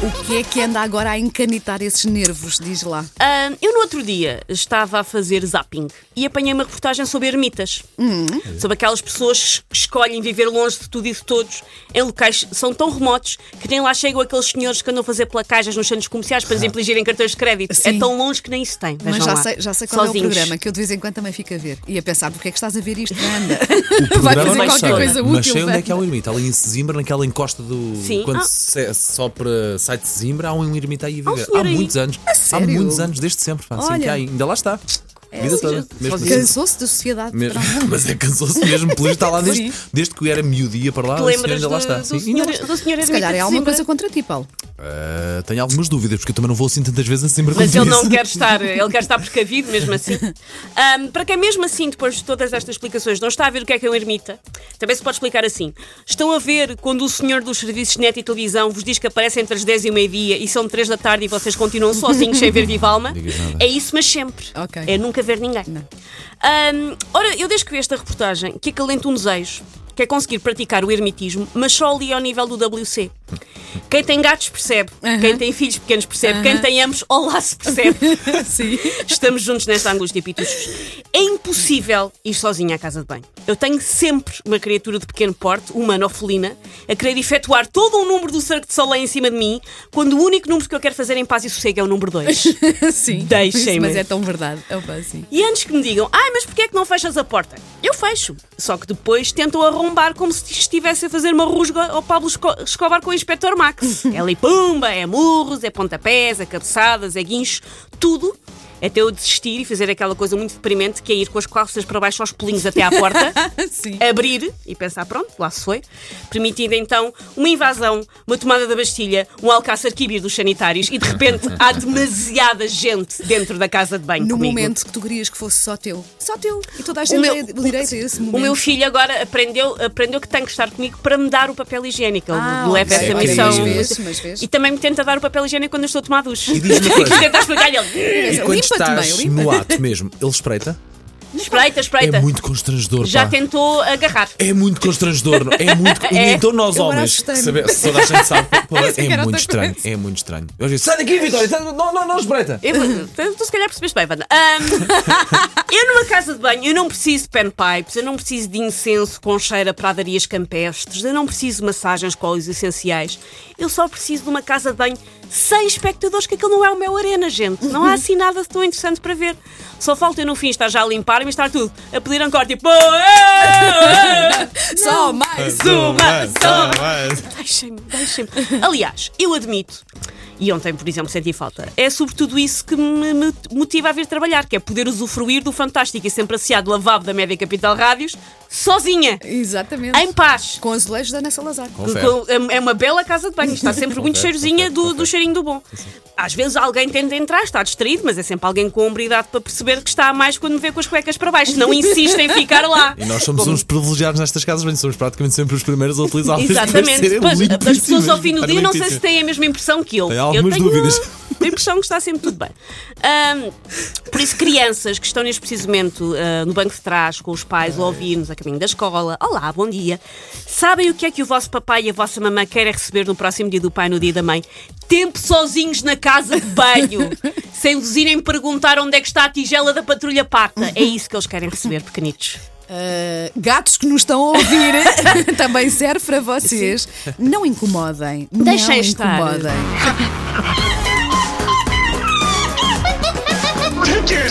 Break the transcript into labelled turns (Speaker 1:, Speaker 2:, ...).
Speaker 1: O que é que anda agora a encanitar esses nervos? Diz lá.
Speaker 2: Ah, eu no outro dia estava a fazer zapping e apanhei uma reportagem sobre ermitas.
Speaker 1: Hum.
Speaker 2: Sobre aquelas pessoas que escolhem viver longe de tudo e de todos, em locais que são tão remotos que nem lá chegam aqueles senhores que andam a fazer placagens nos centros comerciais para infligirem cartões de crédito.
Speaker 1: Sim.
Speaker 2: É tão longe que nem isso tem.
Speaker 1: Mas
Speaker 2: Vejam
Speaker 1: já
Speaker 2: lá.
Speaker 1: sei, já sei qual é
Speaker 2: Sozinhos.
Speaker 1: o programa, que eu de vez em quando também fico a ver. E a pensar, porque é que estás a ver isto? Anda.
Speaker 3: O
Speaker 1: Vai
Speaker 3: programa
Speaker 1: fazer
Speaker 3: não
Speaker 1: qualquer
Speaker 3: sei,
Speaker 1: coisa
Speaker 3: Mas
Speaker 1: útil.
Speaker 3: sei onde
Speaker 1: vai.
Speaker 3: é que há um ermita. Ali em Sesimbra, naquela encosta do.
Speaker 2: Sim.
Speaker 3: Quando
Speaker 2: Ah.
Speaker 3: se, é- se sopra sai de Sesimbra, há um ermita aí a
Speaker 2: um
Speaker 3: viver.
Speaker 2: senhor
Speaker 3: há
Speaker 2: aí.
Speaker 3: muitos anos. há
Speaker 1: sério?
Speaker 3: muitos anos, desde sempre. pá, Assim
Speaker 1: Olha.
Speaker 3: que há, ainda lá está.
Speaker 2: É,
Speaker 3: Vida toda. Mesmo assim.
Speaker 1: Cansou-se da sociedade.
Speaker 3: Mesmo- mas é cansou-se mesmo, pelo está lá desde, desde que era miúdia para lá,
Speaker 2: Tu
Speaker 3: o senhor
Speaker 2: lembras
Speaker 3: ainda
Speaker 2: do,
Speaker 3: lá está.
Speaker 2: do
Speaker 3: Sim, ainda
Speaker 2: senhor,
Speaker 3: lá
Speaker 2: do senhor
Speaker 1: Se calhar
Speaker 2: ermita
Speaker 1: é
Speaker 2: de
Speaker 1: alguma
Speaker 2: Sintra?
Speaker 1: coisa contra ti, Paulo.
Speaker 3: Ah, tenho algumas dúvidas, porque eu também não vou assim tantas vezes a Sesimbra
Speaker 2: Mas
Speaker 3: quanto
Speaker 2: ele não
Speaker 3: isso.
Speaker 2: quer estar, ele quer estar precavido mesmo assim. Ahm, para quem mesmo assim, depois de todas estas explicações, não está a ver o que é que é um ermita, também se pode explicar assim. Estão a ver quando o senhor dos serviços de net e televisão vos diz que aparece entre as 10 e o meio-dia e são 3 da tarde e vocês continuam sozinhos sem ver viva alma?
Speaker 3: Digas nada.
Speaker 2: É isso, mas sempre.
Speaker 1: Ok.
Speaker 2: É nunca ver ninguém. Ahm, ora, eu desde que vi esta reportagem que acalento um desejo, que é conseguir praticar o ermitismo, mas só ali ao nível do WC. Quem tem gatos percebe, quem tem filhos pequenos percebe, quem tem ambos, olá se percebe.
Speaker 1: Sim.
Speaker 2: Estamos juntos nesta angústia, Pituchos. É impossível ir sozinha à casa de banho. Eu tenho sempre uma criatura de pequeno porte, humana ou felina, a querer efetuar todo o número do cerco de Soleil em cima de mim, quando o único número que eu quero fazer em paz e sossego é o número 2.
Speaker 1: Sim.
Speaker 2: Deixem-me.
Speaker 1: Isso, Mas é tão verdade. Opa, sim.
Speaker 2: E antes que me digam, ai, mas porquê é que não fechas a porta? Eu fecho. Só que depois tentam arrombar como se estivesse a fazer uma rusga ao Pablo Esco- Escobar com o Inspector Max. É ali pumba, é murros, é pontapés, é cabeçadas, é guincho, tudo. Até eu desistir e fazer aquela coisa muito deprimente que é ir com as calças para baixo aos pelinhos até à porta,
Speaker 1: Sim.
Speaker 2: abrir e pensar, pronto, lá se foi. Permitindo então uma invasão, uma tomada da Bastilha, um alcaçar quibir dos sanitários e de repente há demasiada gente dentro da casa de banho
Speaker 1: No
Speaker 2: comigo.
Speaker 1: momento que tu querias que fosse só teu. Só teu. E toda a gente
Speaker 2: O meu-
Speaker 1: tem direito a esse momento.
Speaker 2: O meu filho agora aprendeu, aprendeu que tem que estar comigo para me dar o papel higiênico. Ele
Speaker 1: Ah,
Speaker 2: leva
Speaker 1: ok.
Speaker 2: essa
Speaker 3: Sim,
Speaker 2: missão.
Speaker 3: mas
Speaker 1: vês, mas vês.
Speaker 2: E também me tenta dar o papel higiênico quando eu estou a tomar duche.
Speaker 3: E diz-me uma coisa.
Speaker 2: Tenta explicar-lhe. ele,
Speaker 3: E quando
Speaker 1: Limpa-te
Speaker 3: estás
Speaker 1: bem, limpa.
Speaker 3: no ato mesmo, ele espreita.
Speaker 2: "Hum, Espreita, espreita.
Speaker 3: É muito constrangedor.
Speaker 2: Já
Speaker 3: pá.
Speaker 2: tentou agarrar.
Speaker 3: É muito constrangedor, não? é muito.
Speaker 2: É.
Speaker 3: Então nós
Speaker 1: Eu agora
Speaker 3: homens, que
Speaker 1: assustei-me.
Speaker 3: sabe- se toda a gente sabe, pô,
Speaker 1: Pensei que
Speaker 3: é
Speaker 1: era
Speaker 3: muito
Speaker 1: outra
Speaker 3: estranho, é muito estranho. Eu digo, sai daqui, Vitória, sai- não, não, não, espreita.
Speaker 2: Eu, tu, tu se calhar percebeste bem, Wanda. Ahm, eu numa casa de banho, eu não preciso de panpipes, eu não preciso de incenso com cheiro a pradarias campestres, eu não preciso de massagens com óleos essenciais. Eu só preciso de uma casa de banho sem espectadores, que aquilo não é o meu arena, gente. Não há assim nada de tão interessante para ver. Só falta eu no fim estar já a limpar-me e estar tudo a pedir encore, tipo... "Oh, oh, oh".
Speaker 1: Só mais
Speaker 2: Suma,
Speaker 3: é,
Speaker 2: suma. Deixem-me, deixem-me. Aliás, eu admito, e ontem, por exemplo, senti falta, é sobretudo isso que me me motiva a vir trabalhar, que é poder usufruir do fantástico e sempre asseado lavabo da Média Capital Rádios, sozinha,
Speaker 1: Exatamente.
Speaker 2: em paz.
Speaker 1: Com azulejos da Ana Salazar.
Speaker 3: Confere.
Speaker 2: Com- com- É uma bela casa de banho, está sempre muito
Speaker 3: Confere,
Speaker 2: cheirosinha
Speaker 3: confere,
Speaker 2: do, do
Speaker 3: confere.
Speaker 2: cheirinho do bom. Às vezes alguém tenta entrar, está distraído, mas é sempre alguém com hombridade para perceber que está a mais quando me vê com as cuecas para baixo. Não insiste em ficar lá.
Speaker 3: E nós somos
Speaker 2: Como-
Speaker 3: uns privilegiados nestas casas, bem, somos praticamente sempre os primeiros a utilizar
Speaker 2: Exatamente. Pois, as pessoas ao fim do dia não sei se
Speaker 3: tem.
Speaker 2: têm a mesma impressão que eu.
Speaker 3: Tem
Speaker 2: eu
Speaker 3: algumas
Speaker 2: tenho
Speaker 3: dúvidas.
Speaker 2: A impressão que está sempre tudo bem. Ahm, por isso, crianças que estão neste preciso momento ah, no banco de trás com os pais ou a ouvir-nos a caminho da escola, olá, bom dia, sabem o que é que o vosso papai e a vossa mamãe querem receber no próximo dia do pai e no dia da mãe? Tempo sozinhos na casa de banho, sem vos irem perguntar onde é que está a tigela da patrulha pata. É isso que eles querem receber, pequenitos.
Speaker 1: Uh, gatos que nos estão a ouvir também serve para vocês. Não incomodem. não
Speaker 2: Deixem estar.
Speaker 1: incomodem.
Speaker 4: Take your